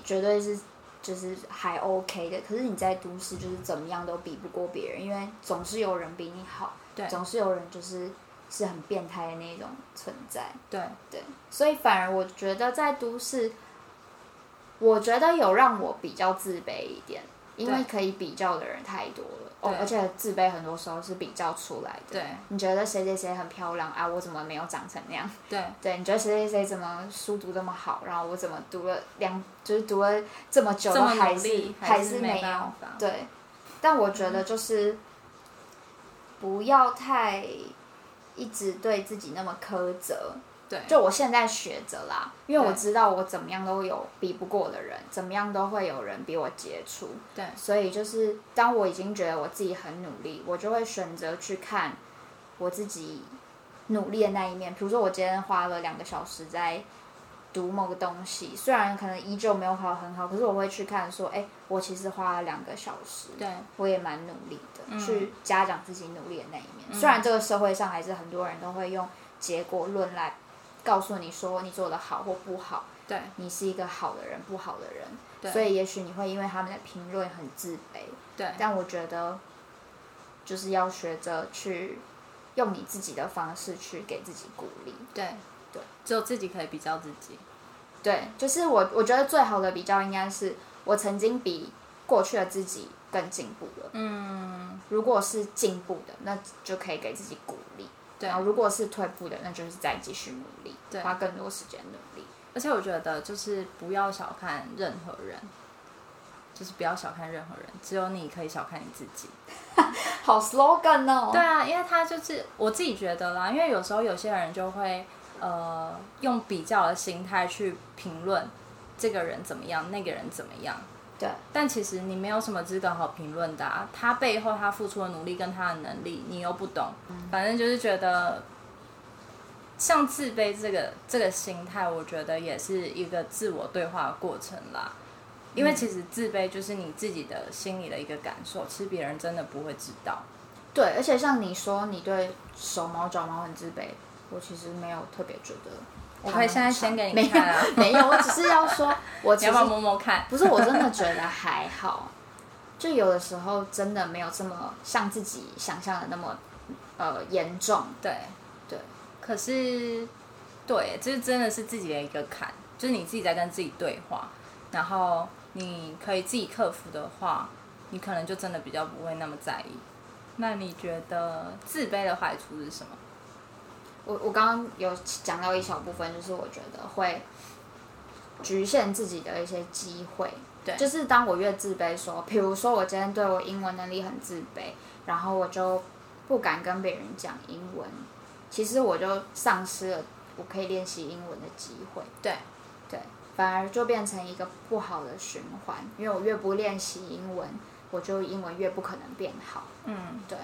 [SPEAKER 1] 绝对是就是还 OK 的，可是你在都市就是怎么样都比不过别人，因为总是有人比你好，
[SPEAKER 2] 对
[SPEAKER 1] 总是有人就是是很变态的那种存在，
[SPEAKER 2] 对
[SPEAKER 1] 对，所以反而我觉得在都市，我觉得有让我比较自卑一点，因为
[SPEAKER 2] 对
[SPEAKER 1] 可以比较的人太多了，哦
[SPEAKER 2] 对，
[SPEAKER 1] 而且自卑很多时候是比较出来的，
[SPEAKER 2] 对
[SPEAKER 1] 你觉得谁谁谁很漂亮啊，我怎么没有长成那样？
[SPEAKER 2] 对
[SPEAKER 1] 对，你觉得谁谁谁怎么书读这么好，然后我怎么读了两就是读了这么久
[SPEAKER 2] 这
[SPEAKER 1] 了
[SPEAKER 2] 么努
[SPEAKER 1] 还是
[SPEAKER 2] 力
[SPEAKER 1] 还
[SPEAKER 2] 还是
[SPEAKER 1] 没
[SPEAKER 2] 没办
[SPEAKER 1] 有
[SPEAKER 2] 法？
[SPEAKER 1] 对，但我觉得就是不要太一直对自己那么苛责。
[SPEAKER 2] 对，
[SPEAKER 1] 就我现在学着啦，因为我
[SPEAKER 2] 对
[SPEAKER 1] 知道我怎么样都有比不过的人，怎么样都会有人比我杰出。
[SPEAKER 2] 对
[SPEAKER 1] 所以就是当我已经觉得我自己很努力，我就会选择去看我自己努力的那一面。比如说，我今天花了两个小时在读某个东西，虽然可能依旧没有考得很好，可是我会去看说，哎、我其实花了两个小时，
[SPEAKER 2] 对
[SPEAKER 1] 我也蛮努力的，
[SPEAKER 2] 嗯
[SPEAKER 1] 去嘉奖自己努力的那一面。
[SPEAKER 2] 嗯
[SPEAKER 1] 虽然这个社会上还是很多人都会用结果论来告诉你说你做的好或不好，
[SPEAKER 2] 对
[SPEAKER 1] 你是一个好的人、不好的人，
[SPEAKER 2] 对，
[SPEAKER 1] 所以也许你会因为他们的评论很自卑，
[SPEAKER 2] 对
[SPEAKER 1] 但我觉得就是要学着去用你自己的方式去给自己鼓励。
[SPEAKER 2] 对
[SPEAKER 1] 对，
[SPEAKER 2] 只有自己可以比较自己。
[SPEAKER 1] 对，就是我我觉得最好的比较应该是我曾经比过去的自己更进步了。
[SPEAKER 2] 嗯，
[SPEAKER 1] 如果是进步的，那就可以给自己鼓励；
[SPEAKER 2] 对
[SPEAKER 1] 然。后如果是退步的，那就是再继续努力，
[SPEAKER 2] 对
[SPEAKER 1] 花更多时间努力。
[SPEAKER 2] 而且我觉得就是不要小看任何人，就是不要小看任何人，只有你可以小看你自己。
[SPEAKER 1] 好 slogan 哦！
[SPEAKER 2] 对啊，因为他就是我自己觉得啦，因为有时候有些人就会呃用比较的心态去评论这个人怎么样，那个人怎么样。
[SPEAKER 1] 对
[SPEAKER 2] 但其实你没有什么资格好评论的、啊，他背后他付出的努力跟他的能力，你又不懂，反正就是觉得，像自卑这个这个心态，我觉得也是一个自我对话的过程啦。因为其实自卑就是你自己的心里的一个感受，其实别人真的不会知道。
[SPEAKER 1] 对，而且像你说你对手毛脚毛很自卑，我其实没有特别觉得他们很长。
[SPEAKER 2] 我可以现在先 给你看啊
[SPEAKER 1] 没有，没有，我只是要说，我
[SPEAKER 2] 你
[SPEAKER 1] 其
[SPEAKER 2] 要
[SPEAKER 1] 实
[SPEAKER 2] 不要摸摸看？
[SPEAKER 1] 不是，我真的觉得还好，就有的时候真的没有这么像自己想象的那么呃严重。
[SPEAKER 2] 对，
[SPEAKER 1] 对，
[SPEAKER 2] 可是，对，这真的是自己的一个坎，就是你自己在跟自己对话，然后你可以自己克服的话，你可能就真的比较不会那么在意。那你觉得自卑的坏处是什么？
[SPEAKER 1] 我我刚刚有讲到一小部分，就是我觉得会局限自己的一些机会。
[SPEAKER 2] 对
[SPEAKER 1] 就是当我越自卑说，比如说我今天对我英文能力很自卑，然后我就不敢跟别人讲英文，其实我就丧失了我可以练习英文的机会。
[SPEAKER 2] 对，
[SPEAKER 1] 对，反而就变成一个不好的循环，因为我越不练习英文，我就英文越不可能变好。
[SPEAKER 2] 嗯，
[SPEAKER 1] 对，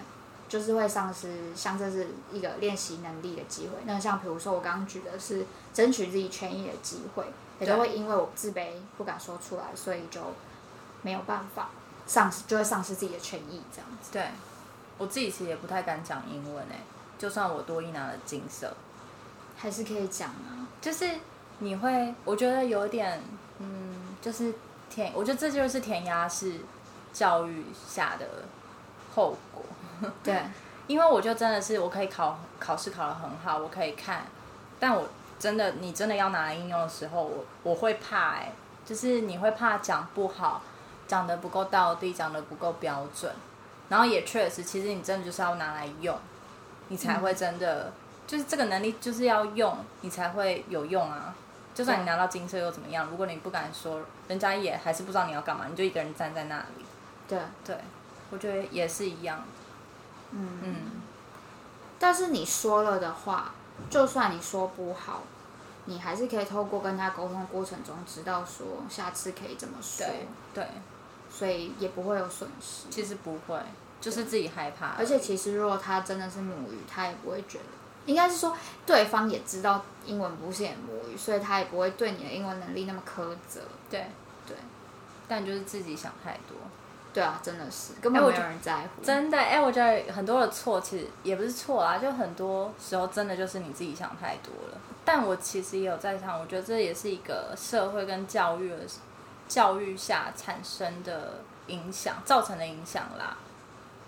[SPEAKER 1] 就是会丧失像这是一个练习能力的机会。那像比如说我刚刚举的是争取自己权益的机会，也就
[SPEAKER 2] 对
[SPEAKER 1] 会因为我自卑不敢说出来，所以就没有办法丧失，就会丧失自己的权益这样子。
[SPEAKER 2] 对，我自己其实也不太敢讲英文诶、欸就算我多一拿了金色，
[SPEAKER 1] 还是可以讲啊，
[SPEAKER 2] 就是你会，我觉得有点，嗯，就是填，我觉得这就是填鸭式教育下的后果。
[SPEAKER 1] 对
[SPEAKER 2] 因为我就真的是我可以考考试考得很好，我可以看，但我真的你真的要拿来应用的时候，我我会怕哎、就是你会怕讲不好，讲得不够到地，讲得不够标准，然后也确实，其实你真的就是要拿来用，你才会真的、就是这个能力就是要用，你才会有用啊。就算你拿到金色又怎么样？如果你不敢说，人家也还是不知道你要干嘛，你就一个人站在那里。
[SPEAKER 1] 对，
[SPEAKER 2] 对，我觉得也是一样。
[SPEAKER 1] 嗯
[SPEAKER 2] 嗯，
[SPEAKER 1] 但是你说了的话，就算你说不好，你还是可以透过跟他沟通的过程中知道说下次可以怎么说，
[SPEAKER 2] 对对。
[SPEAKER 1] 所以也不会有损失。
[SPEAKER 2] 其实不会，就是自己害怕。
[SPEAKER 1] 而且其实如果他真的是母语，他也不会觉得，应该是说对方也知道英文不是你的母语，所以他也不会对你的英文能力那么苛责。
[SPEAKER 2] 对，
[SPEAKER 1] 对，
[SPEAKER 2] 但就是自己想太多。
[SPEAKER 1] 对啊，真的是根本
[SPEAKER 2] 哎我
[SPEAKER 1] 没
[SPEAKER 2] 觉
[SPEAKER 1] 有
[SPEAKER 2] 得
[SPEAKER 1] 人在乎。
[SPEAKER 2] 真的，哎、我觉得很多的错其实也不是错啦，就很多时候真的就是你自己想太多了。但我其实也有在想，我觉得这也是一个社会跟教育的教育下产生的影响，造成的影响啦。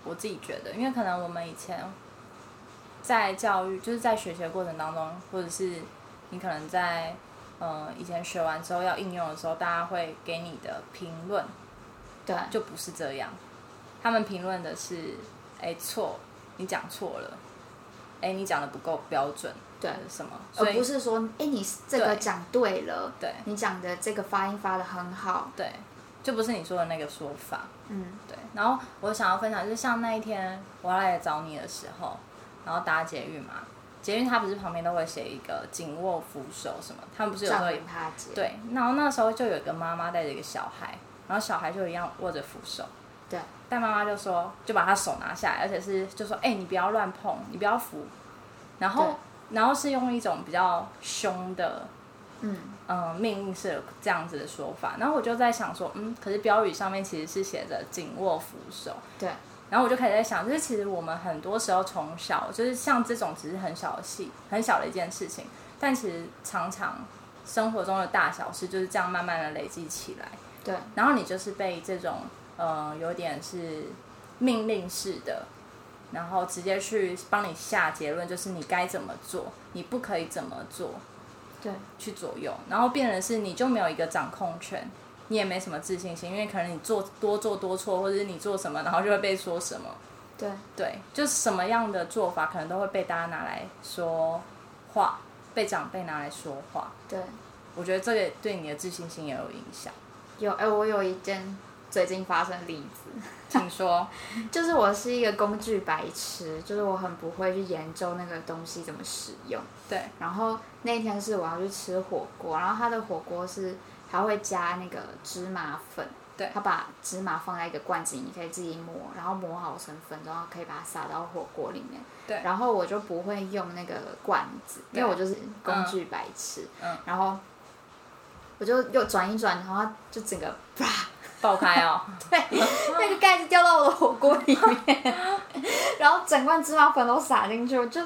[SPEAKER 2] 我自己觉得，因为可能我们以前在教育，就是在学习的过程当中，或者是你可能在呃以前学完之后要应用的时候，大家会给你的评论，
[SPEAKER 1] 对
[SPEAKER 2] 就不是这样。他们评论的是：哎，错，你讲错了，哎，你讲的不够标准，呃
[SPEAKER 1] 对，
[SPEAKER 2] 什么？所
[SPEAKER 1] 而
[SPEAKER 2] 以
[SPEAKER 1] 哦不是说，哎，你这个
[SPEAKER 2] 对
[SPEAKER 1] 讲对了，
[SPEAKER 2] 对
[SPEAKER 1] 你讲的这个发音发的很好，
[SPEAKER 2] 对，就不是你说的那个说法。
[SPEAKER 1] 嗯，
[SPEAKER 2] 对，然后我想要分享，就是像那一天我要来找你的时候，然后搭捷运嘛，捷运它不是旁边都会写一个紧握扶手什么，他们不是有时候
[SPEAKER 1] 站
[SPEAKER 2] 也
[SPEAKER 1] 稳他接。
[SPEAKER 2] 对，然后那时候就有一个妈妈带着一个小孩，然后小孩就一样握着扶手，
[SPEAKER 1] 对，
[SPEAKER 2] 但妈妈就说，就把他手拿下来，而且是就说，哎、你不要乱碰，你不要扶。然后，然后是用一种比较凶的，
[SPEAKER 1] 嗯，
[SPEAKER 2] 嗯，命令式的这样子的说法。然后我就在想说，嗯，可是标语上面其实是写着“紧握扶手”。
[SPEAKER 1] 对。
[SPEAKER 2] 然后我就开始在想，就是其实我们很多时候从小，就是像这种只是很小的细、很小的一件事情，但其实常常生活中的大小事就是这样慢慢的累积起来。
[SPEAKER 1] 对
[SPEAKER 2] 然后你就是被这种呃有点是命令式的，然后直接去帮你下结论，就是你该怎么做，你不可以怎么做
[SPEAKER 1] 对
[SPEAKER 2] 去左右，然后变成是你就没有一个掌控权，你也没什么自信心，因为可能你做多做多错，或者是你做什么，然后就会被说什么，
[SPEAKER 1] 对
[SPEAKER 2] 对，就是什么样的做法可能都会被大家拿来说话，被长辈拿来说话，
[SPEAKER 1] 对，
[SPEAKER 2] 我觉得这个对你的自信心也有影响，
[SPEAKER 1] 有哎，我有一件最近发生的例子，
[SPEAKER 2] 请说，
[SPEAKER 1] 就是我是一个工具白痴，就是我很不会去研究那个东西怎么使用。
[SPEAKER 2] 对。
[SPEAKER 1] 然后那一天是我要去吃火锅，然后它的火锅是还会加那个芝麻粉，
[SPEAKER 2] 对
[SPEAKER 1] 它把芝麻放在一个罐子里，你可以自己磨，然后磨好成粉，然后可以把它撒到火锅里面。
[SPEAKER 2] 对
[SPEAKER 1] 然后我就不会用那个罐子，因为
[SPEAKER 2] 对
[SPEAKER 1] 我就是工具白痴。
[SPEAKER 2] 嗯
[SPEAKER 1] 然后我就又转一转，然后它就整个啪。
[SPEAKER 2] 爆开哦！
[SPEAKER 1] 那个盖子掉到我的火锅里面，然后整罐芝麻粉都撒进去，我就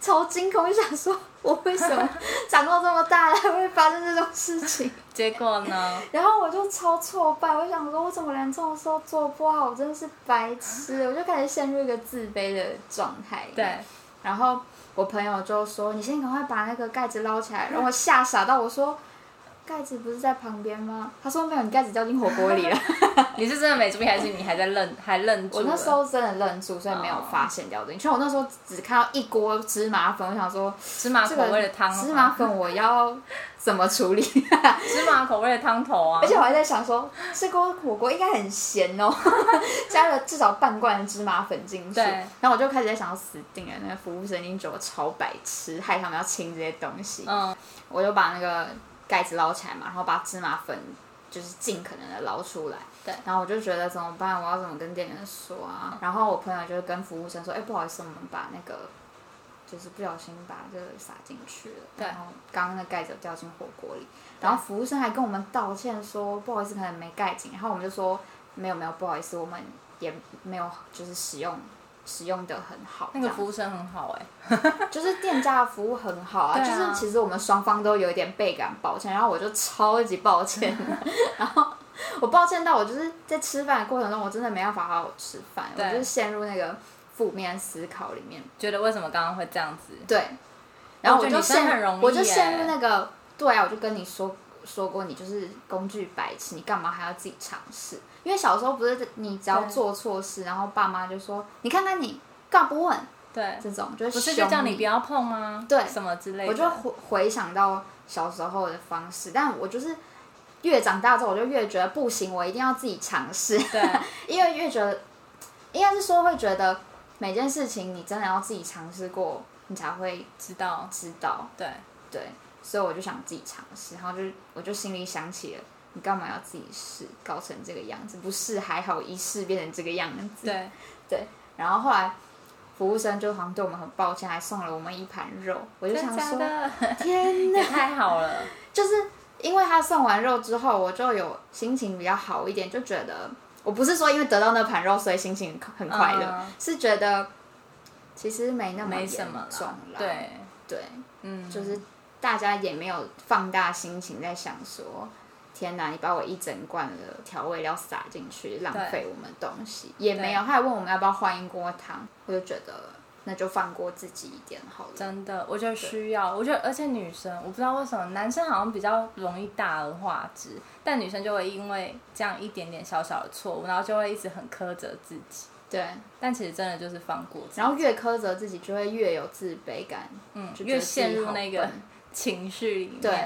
[SPEAKER 1] 超惊恐，我想说我为什么长到这么大了还会发生这种事情？
[SPEAKER 2] 结果呢？
[SPEAKER 1] 然后我就超挫败，我想说我怎么连这种事都做不好，我真的是白痴，我就开始陷入一个自卑的状态。
[SPEAKER 2] 对，
[SPEAKER 1] 然后我朋友就说：“你先赶快把那个盖子捞起来。”然后我吓傻到我说：“盖子不是在旁边吗？他说没有，你盖子掉进火锅里了。
[SPEAKER 2] 你是真的没注意，还是你还在愣，还愣住
[SPEAKER 1] 我
[SPEAKER 2] 了？
[SPEAKER 1] 那时候真的愣住，所以没
[SPEAKER 2] 哦
[SPEAKER 1] 有发现掉进去。虽然我那时候只看到一锅芝麻粉，我想说
[SPEAKER 2] 芝麻
[SPEAKER 1] 这
[SPEAKER 2] 啊口
[SPEAKER 1] 个
[SPEAKER 2] 味的汤，
[SPEAKER 1] 芝麻粉我要怎么处理？
[SPEAKER 2] 芝麻口味的汤头啊
[SPEAKER 1] 而，且我还在想说，这锅火锅应该很咸哦， 加了至少半罐芝麻粉进去
[SPEAKER 2] 对。
[SPEAKER 1] 然后我就开始在想，死定了，那个服务生已经觉得我超白痴，害他们要清这些东西。
[SPEAKER 2] 嗯，
[SPEAKER 1] 我就把那个盖子捞起来嘛，然后把芝麻粉就是尽可能的捞出来。
[SPEAKER 2] 对
[SPEAKER 1] 然后我就觉得怎么办？我要怎么跟店员说啊？然后我朋友就跟服务生说：“哎、不好意思，我们把那个就是不小心把这个撒进去了，
[SPEAKER 2] 对
[SPEAKER 1] 然后刚刚那盖子有掉进火锅里。”然后服务生还跟我们道歉说：“不好意思，可能没盖紧。”然后我们就说：“没有没有，不好意思，我们也没有就是使用使用的很好。”
[SPEAKER 2] 那个服务生很好哎、
[SPEAKER 1] 就是店家的服务很好啊，
[SPEAKER 2] 对
[SPEAKER 1] 就
[SPEAKER 2] 啊
[SPEAKER 1] 是其实我们双方都有一点倍感抱歉，然后我就超级抱歉， 然后我抱歉到我就是在吃饭的过程中，我真的没办法好好吃饭，我
[SPEAKER 2] 对
[SPEAKER 1] 就是陷入那个负面思考里面，
[SPEAKER 2] 觉得为什么刚刚会这样子？
[SPEAKER 1] 对，然后
[SPEAKER 2] 我
[SPEAKER 1] 我
[SPEAKER 2] 觉得
[SPEAKER 1] 就
[SPEAKER 2] 你真的很
[SPEAKER 1] 陷，
[SPEAKER 2] 容易
[SPEAKER 1] 我就陷
[SPEAKER 2] 耶
[SPEAKER 1] 入那个，对啊，我就跟你说说过，你就是工具白痴，你干嘛还要自己尝试？因为小时候不是你只要
[SPEAKER 2] 对
[SPEAKER 1] 做错事，然后爸妈就说你看看你干嘛不问
[SPEAKER 2] 对，
[SPEAKER 1] 这种，就是
[SPEAKER 2] 不是
[SPEAKER 1] 凶
[SPEAKER 2] 就叫你不要碰吗？
[SPEAKER 1] 对
[SPEAKER 2] 什么之类的。
[SPEAKER 1] 我就回回想到小时候的方式，但我就是越长大之后，我就越觉得不行，我一定要自己尝试，
[SPEAKER 2] 对，
[SPEAKER 1] 因为越觉得应该是说会觉得每件事情你真的要自己尝试过，你才会
[SPEAKER 2] 知道，
[SPEAKER 1] 知道。
[SPEAKER 2] 对，
[SPEAKER 1] 对，所以我就想自己尝试，然后就我就心里想起了，你干嘛要自己试，搞成这个样子？不试还好，一试变成这个样子。
[SPEAKER 2] 对，
[SPEAKER 1] 然后后来服务生就好像对我们很抱歉，还送了我们一盘肉，我就
[SPEAKER 2] 真
[SPEAKER 1] 想
[SPEAKER 2] 的假
[SPEAKER 1] 说，
[SPEAKER 2] 的？
[SPEAKER 1] 天哪
[SPEAKER 2] 也！太好了，
[SPEAKER 1] 就是因为他送完肉之后，我就有心情比较好一点，就觉得我不是说因为得到那盘肉所以心情很快乐，
[SPEAKER 2] 嗯
[SPEAKER 1] 是觉得其实没那么
[SPEAKER 2] 没
[SPEAKER 1] 严
[SPEAKER 2] 什么
[SPEAKER 1] 重
[SPEAKER 2] 啦
[SPEAKER 1] 啦。，
[SPEAKER 2] 对，
[SPEAKER 1] 对，
[SPEAKER 2] 嗯，
[SPEAKER 1] 就是大家也没有放大心情在想说。天哪！你把我一整罐的调味料撒进去，浪
[SPEAKER 2] 对
[SPEAKER 1] 费我们东西也没有。他还问我们要不要换一锅汤，我就觉得那就放过自己一点好了。
[SPEAKER 2] 真的，我觉得需要，我觉得而且女生，我不知道为什么男生好像比较容易大而化之，但女生就会因为这样一点点小小的错误，然后就会一直很苛责自己。
[SPEAKER 1] 对，
[SPEAKER 2] 但其实真的就是放过自己，
[SPEAKER 1] 然后越苛责自己，就会越有自卑感，
[SPEAKER 2] 嗯，
[SPEAKER 1] 就觉
[SPEAKER 2] 越
[SPEAKER 1] 得自己
[SPEAKER 2] 陷入
[SPEAKER 1] 好
[SPEAKER 2] 那个
[SPEAKER 1] 笨
[SPEAKER 2] 情绪里面，
[SPEAKER 1] 对，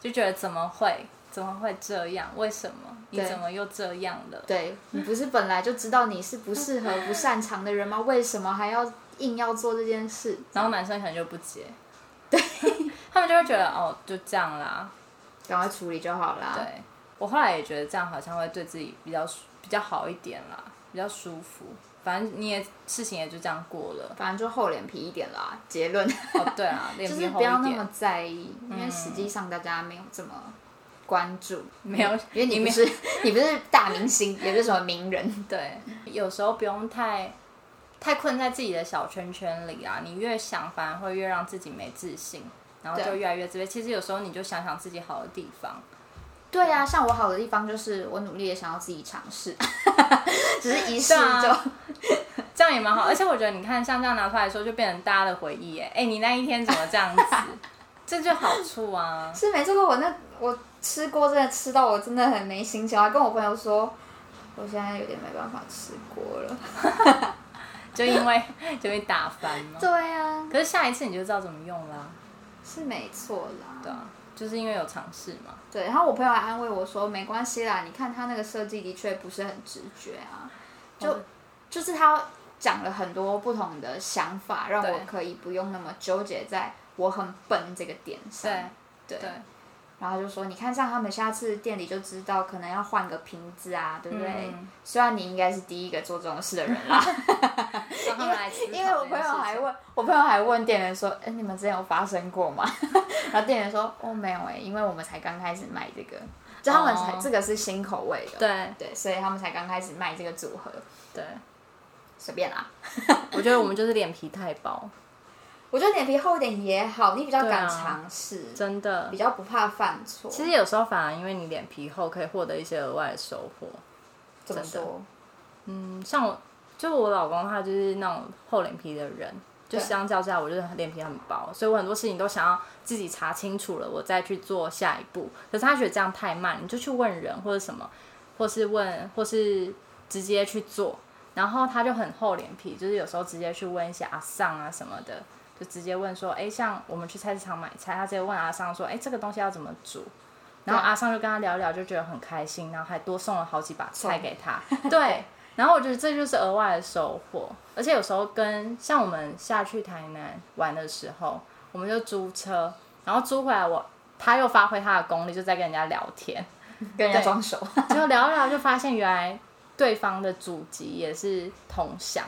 [SPEAKER 2] 就觉得怎么会，怎么会这样？为什么？你
[SPEAKER 1] 对
[SPEAKER 2] 怎么又这样了？
[SPEAKER 1] 对你不是本来就知道你是不适合、不擅长的人吗？为什么还要硬要做这件事？
[SPEAKER 2] 然后男生可能就不接，对 他们就会觉得哦，就这样啦。
[SPEAKER 1] 赶快处理就好啦。。
[SPEAKER 2] 对我后来也觉得这样好像会对自己比较舒比较好一点啦，比较舒服。反正你也事情也就这样过了
[SPEAKER 1] 反正就厚脸皮一点啦。结论
[SPEAKER 2] 哦，对啊，脸
[SPEAKER 1] 就
[SPEAKER 2] 皮
[SPEAKER 1] 是
[SPEAKER 2] 厚
[SPEAKER 1] 不要
[SPEAKER 2] 一
[SPEAKER 1] 那
[SPEAKER 2] 点嗯
[SPEAKER 1] 么。在意，因为实际上大家没有这么关注，
[SPEAKER 2] 没有
[SPEAKER 1] 因为你不是你不是大明星，也不是什么名人，
[SPEAKER 2] 对，有时候不用太太困在自己的小圈圈里啊，你越想反而会越让自己没自信，然后就
[SPEAKER 1] 对
[SPEAKER 2] 越来越自卑。其实有时候你就想想自己好的地方，
[SPEAKER 1] 对啊，像我好的地方就是我努力的想要自己尝试， 只是一试
[SPEAKER 2] 对啊
[SPEAKER 1] 就、
[SPEAKER 2] 这样也蛮好。 而且我觉得你看，像这样拿出来说，就变成大家的回忆耶。哎、你那一天怎么这样子？ 这就好处啊。
[SPEAKER 1] 是没错，我那我吃锅真的吃到我真的很没心情，我还跟我朋友说，我现在有点没办法吃锅了。
[SPEAKER 2] 就因为 就被打翻嘛。
[SPEAKER 1] 对啊，
[SPEAKER 2] 可是下一次你就知道怎么用啦，
[SPEAKER 1] 是没错啦。
[SPEAKER 2] 对啊，就是因为有尝试嘛。
[SPEAKER 1] 对，然后我朋友还安慰我说，没关系啦，你看他那个设计的确不是很直觉啊，就、
[SPEAKER 2] 哦
[SPEAKER 1] 就是他讲了很多不同的想法，让我
[SPEAKER 2] 对
[SPEAKER 1] 可以不用那么纠结在我很笨这个点上。对
[SPEAKER 2] 对对，
[SPEAKER 1] 然后就说，你看像他们下次店里就知道，可能要换个瓶子啊，对不对？
[SPEAKER 2] 嗯
[SPEAKER 1] 虽然你应该是第一个做这种事的人啦。
[SPEAKER 2] 让他们来思考
[SPEAKER 1] 因为我
[SPEAKER 2] 这
[SPEAKER 1] 朋
[SPEAKER 2] 件
[SPEAKER 1] 友
[SPEAKER 2] 事
[SPEAKER 1] 还
[SPEAKER 2] 情
[SPEAKER 1] 问我朋友还问店员说：“哎、你们之前有发生过吗？” 然后店员说：“哦，没有哎、因为我们才刚开始卖这个，就他们才、
[SPEAKER 2] 哦
[SPEAKER 1] 这个是新口味的，
[SPEAKER 2] 对
[SPEAKER 1] 对，所以他们才刚开始卖这个组合，
[SPEAKER 2] 对，
[SPEAKER 1] 随便啦。
[SPEAKER 2] 我觉得我们就是脸皮太薄，
[SPEAKER 1] 我觉得脸皮厚一点也好，你比较
[SPEAKER 2] 对啊
[SPEAKER 1] 敢尝试，
[SPEAKER 2] 真的
[SPEAKER 1] 比。较不怕犯错。
[SPEAKER 2] 其实有时候反而因为你脸皮厚，可以获得一些额外的收获。
[SPEAKER 1] 怎么
[SPEAKER 2] 真的
[SPEAKER 1] 说？
[SPEAKER 2] 嗯，像我，就我老公他就是那种厚脸皮的人，就
[SPEAKER 1] 对
[SPEAKER 2] 相较之下，我就是脸皮很薄，所以我很多事情都想要自己查清楚了，我再去做下一步。可是他觉得这样太慢，你就去问人或者什么，或是问，或是直接去做。然后他就很厚脸皮，就是有时候直接去问一些阿桑啊什么的，就直接问说，哎，像我们去菜市场买菜，他直接问阿桑说，哎，这个东西要怎么煮？然后
[SPEAKER 1] 对
[SPEAKER 2] 阿桑就跟他聊一聊，就觉得很开心，然后还多送了好几把菜给他。对，然后我觉得这就是额外的收获，而且有时候跟像我们下去台南玩的时候，我们就租车，然后租回来我他又发挥他的功力，就在跟人家聊天，
[SPEAKER 1] 跟人家
[SPEAKER 2] 对
[SPEAKER 1] 装熟，
[SPEAKER 2] 结果聊一聊就发现原来对方的祖籍也是同乡，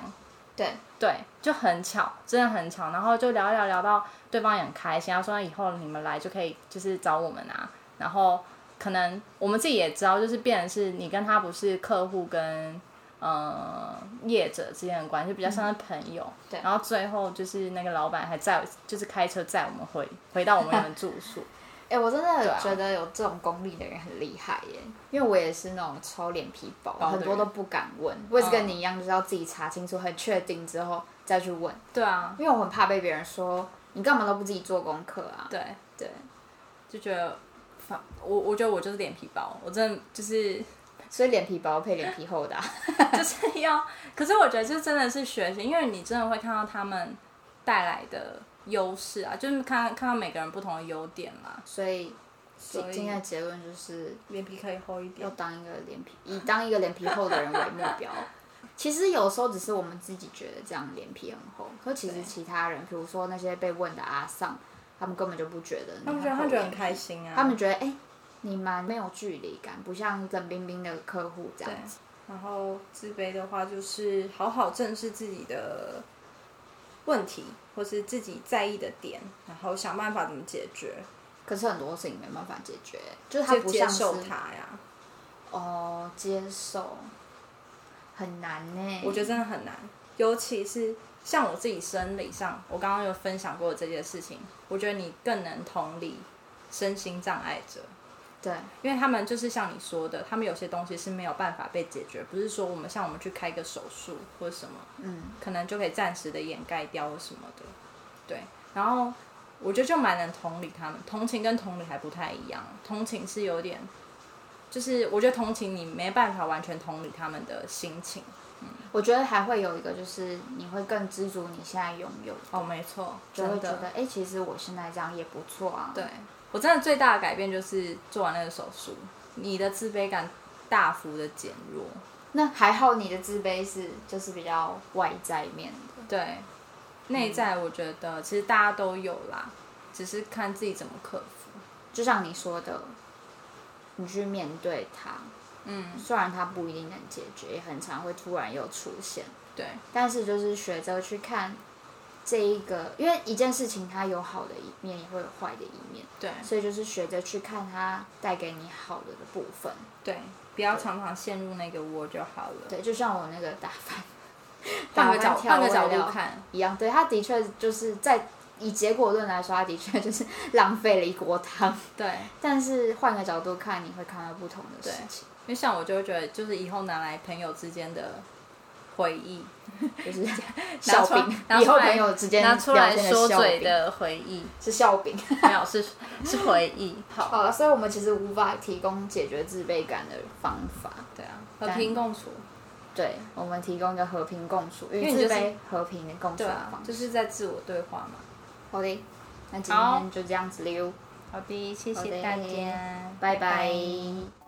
[SPEAKER 1] 对，
[SPEAKER 2] 对，就很巧，真的很巧。然后就聊一聊，聊到对方也很开心，他说以后你们来就可以就是找我们啊。然后可能我们自己也知道，就是变成是你跟他不是客户跟呃业者之间的关系，比较像是朋友。
[SPEAKER 1] 对
[SPEAKER 2] 然后最后就是那个老板还载，就是开车载我们回回到我们原本住宿。
[SPEAKER 1] 哎、我真
[SPEAKER 2] 对
[SPEAKER 1] 的
[SPEAKER 2] 啊
[SPEAKER 1] 觉得有这种功力的人很厉害耶，因为我也是那种超脸皮薄，
[SPEAKER 2] 薄的
[SPEAKER 1] 很多
[SPEAKER 2] 人
[SPEAKER 1] 都不敢问。我也是跟
[SPEAKER 2] 嗯
[SPEAKER 1] 你一样，就是要自己查清楚、很确定之后再去问，
[SPEAKER 2] 对啊，
[SPEAKER 1] 因为我很怕被别人说你干嘛都不自己做功课啊。
[SPEAKER 2] 对，
[SPEAKER 1] 对，
[SPEAKER 2] 就觉得反我我觉得我就是脸皮薄，我真的就是。
[SPEAKER 1] 所以脸皮薄配脸皮厚的啊、
[SPEAKER 2] 就是要，可是我觉得这真的是学习，因为你真的会看到他们带来的优势啊，就是看看到每个人不同的优点啦。
[SPEAKER 1] 所以今
[SPEAKER 2] 所以
[SPEAKER 1] 今天的结论就是
[SPEAKER 2] 脸皮可以厚一
[SPEAKER 1] 要。当一个脸皮，以当一个脸皮厚的人为目 标。其实有时候只是我们自己觉得这样脸皮很厚，可其实
[SPEAKER 2] 对
[SPEAKER 1] 其他人，比如说那些被问的阿桑，他们根本就不觉得你厚脸皮。
[SPEAKER 2] 他们觉得他觉得很开心啊，
[SPEAKER 1] 他们觉得哎、你蛮没有距离感，不像冷冰冰的客户这样子。
[SPEAKER 2] 然后自卑的话，就是好好正视自己的问题，或是自己在意的点，然后想办法怎么解决，
[SPEAKER 1] 可是很多事情没办法解决，就是他不像是
[SPEAKER 2] 呀。
[SPEAKER 1] 哦接受，很难呢。
[SPEAKER 2] 我觉得真的很难，尤其是像我自己生理上，我刚刚有分享过这件事情，我觉得你更能同理身心障碍者，
[SPEAKER 1] 对
[SPEAKER 2] 因为他们就是像你说的，他们有些东西是没有办法被解决，不是说我们像我们去开个手术或者什么，
[SPEAKER 1] 嗯，
[SPEAKER 2] 可能就可以暂时的掩盖掉或什么的，对，然后。我觉得就蛮能同理他们，同情跟同理还不太一样。同情是有点，就是我觉得同情你没办法完全同理他们的心情。
[SPEAKER 1] 我觉得还会有一个就是你会更知足你现在拥有，
[SPEAKER 2] 哦，没错，
[SPEAKER 1] 就会
[SPEAKER 2] 真
[SPEAKER 1] 觉
[SPEAKER 2] 的
[SPEAKER 1] 得，哎、其实我现在这样也不错啊。
[SPEAKER 2] 对我真的最大的改变就是做完那个手术，你的自卑感大幅的减弱。
[SPEAKER 1] 那还好你的自卑是就是比较外在面的，
[SPEAKER 2] 对，内在我觉得其实大家都有啦，只是看自己怎么克服。
[SPEAKER 1] 就像你说的，你去面对它，
[SPEAKER 2] 嗯，
[SPEAKER 1] 虽然它不一定能解决，也很常会突然又出现，
[SPEAKER 2] 对，
[SPEAKER 1] 但是就是学着去看这一个，因为一件事情它有好的一面，也会有坏的一面，
[SPEAKER 2] 对，
[SPEAKER 1] 所以就是学着去看它带给你好的的部分。
[SPEAKER 2] 对，不要常常陷入那个窝就好了。
[SPEAKER 1] 对，就像我那个打饭，
[SPEAKER 2] 换个角
[SPEAKER 1] 打
[SPEAKER 2] 换
[SPEAKER 1] 饭
[SPEAKER 2] 个
[SPEAKER 1] 调
[SPEAKER 2] 角
[SPEAKER 1] 味料
[SPEAKER 2] 度看，
[SPEAKER 1] 一样，对，它的确就是在以结果论来说，它的确就是 浪费了一锅汤，
[SPEAKER 2] 对，
[SPEAKER 1] 但是换个角度看，你会看到不同的事
[SPEAKER 2] 对
[SPEAKER 1] 情，
[SPEAKER 2] 因为像我就会觉得，就是以后拿来朋友之间的回忆，
[SPEAKER 1] 就是这样笑
[SPEAKER 2] 出来
[SPEAKER 1] 柄，
[SPEAKER 2] 拿
[SPEAKER 1] 以
[SPEAKER 2] 出
[SPEAKER 1] 后
[SPEAKER 2] 来
[SPEAKER 1] 朋友之间
[SPEAKER 2] 拿出
[SPEAKER 1] 聊
[SPEAKER 2] 来
[SPEAKER 1] 天的
[SPEAKER 2] 说
[SPEAKER 1] 笑
[SPEAKER 2] 嘴
[SPEAKER 1] 柄
[SPEAKER 2] 的回忆，
[SPEAKER 1] 是笑柄。
[SPEAKER 2] 没有是是回忆。好，
[SPEAKER 1] 好了，所以我们其实无法提供解决自卑感的方法。
[SPEAKER 2] 对啊，和平共处，
[SPEAKER 1] 对，我们提供一个和平共处，与
[SPEAKER 2] 为你
[SPEAKER 1] 自
[SPEAKER 2] 就是
[SPEAKER 1] 卑和平的共处
[SPEAKER 2] 对
[SPEAKER 1] 的
[SPEAKER 2] 啊
[SPEAKER 1] 方，式。
[SPEAKER 2] 就是在自我对话嘛。
[SPEAKER 1] 好的，那今
[SPEAKER 2] 好
[SPEAKER 1] 天就这样子溜，
[SPEAKER 2] 好的，谢
[SPEAKER 1] 好的
[SPEAKER 2] 谢大家，
[SPEAKER 1] 拜拜。
[SPEAKER 2] 拜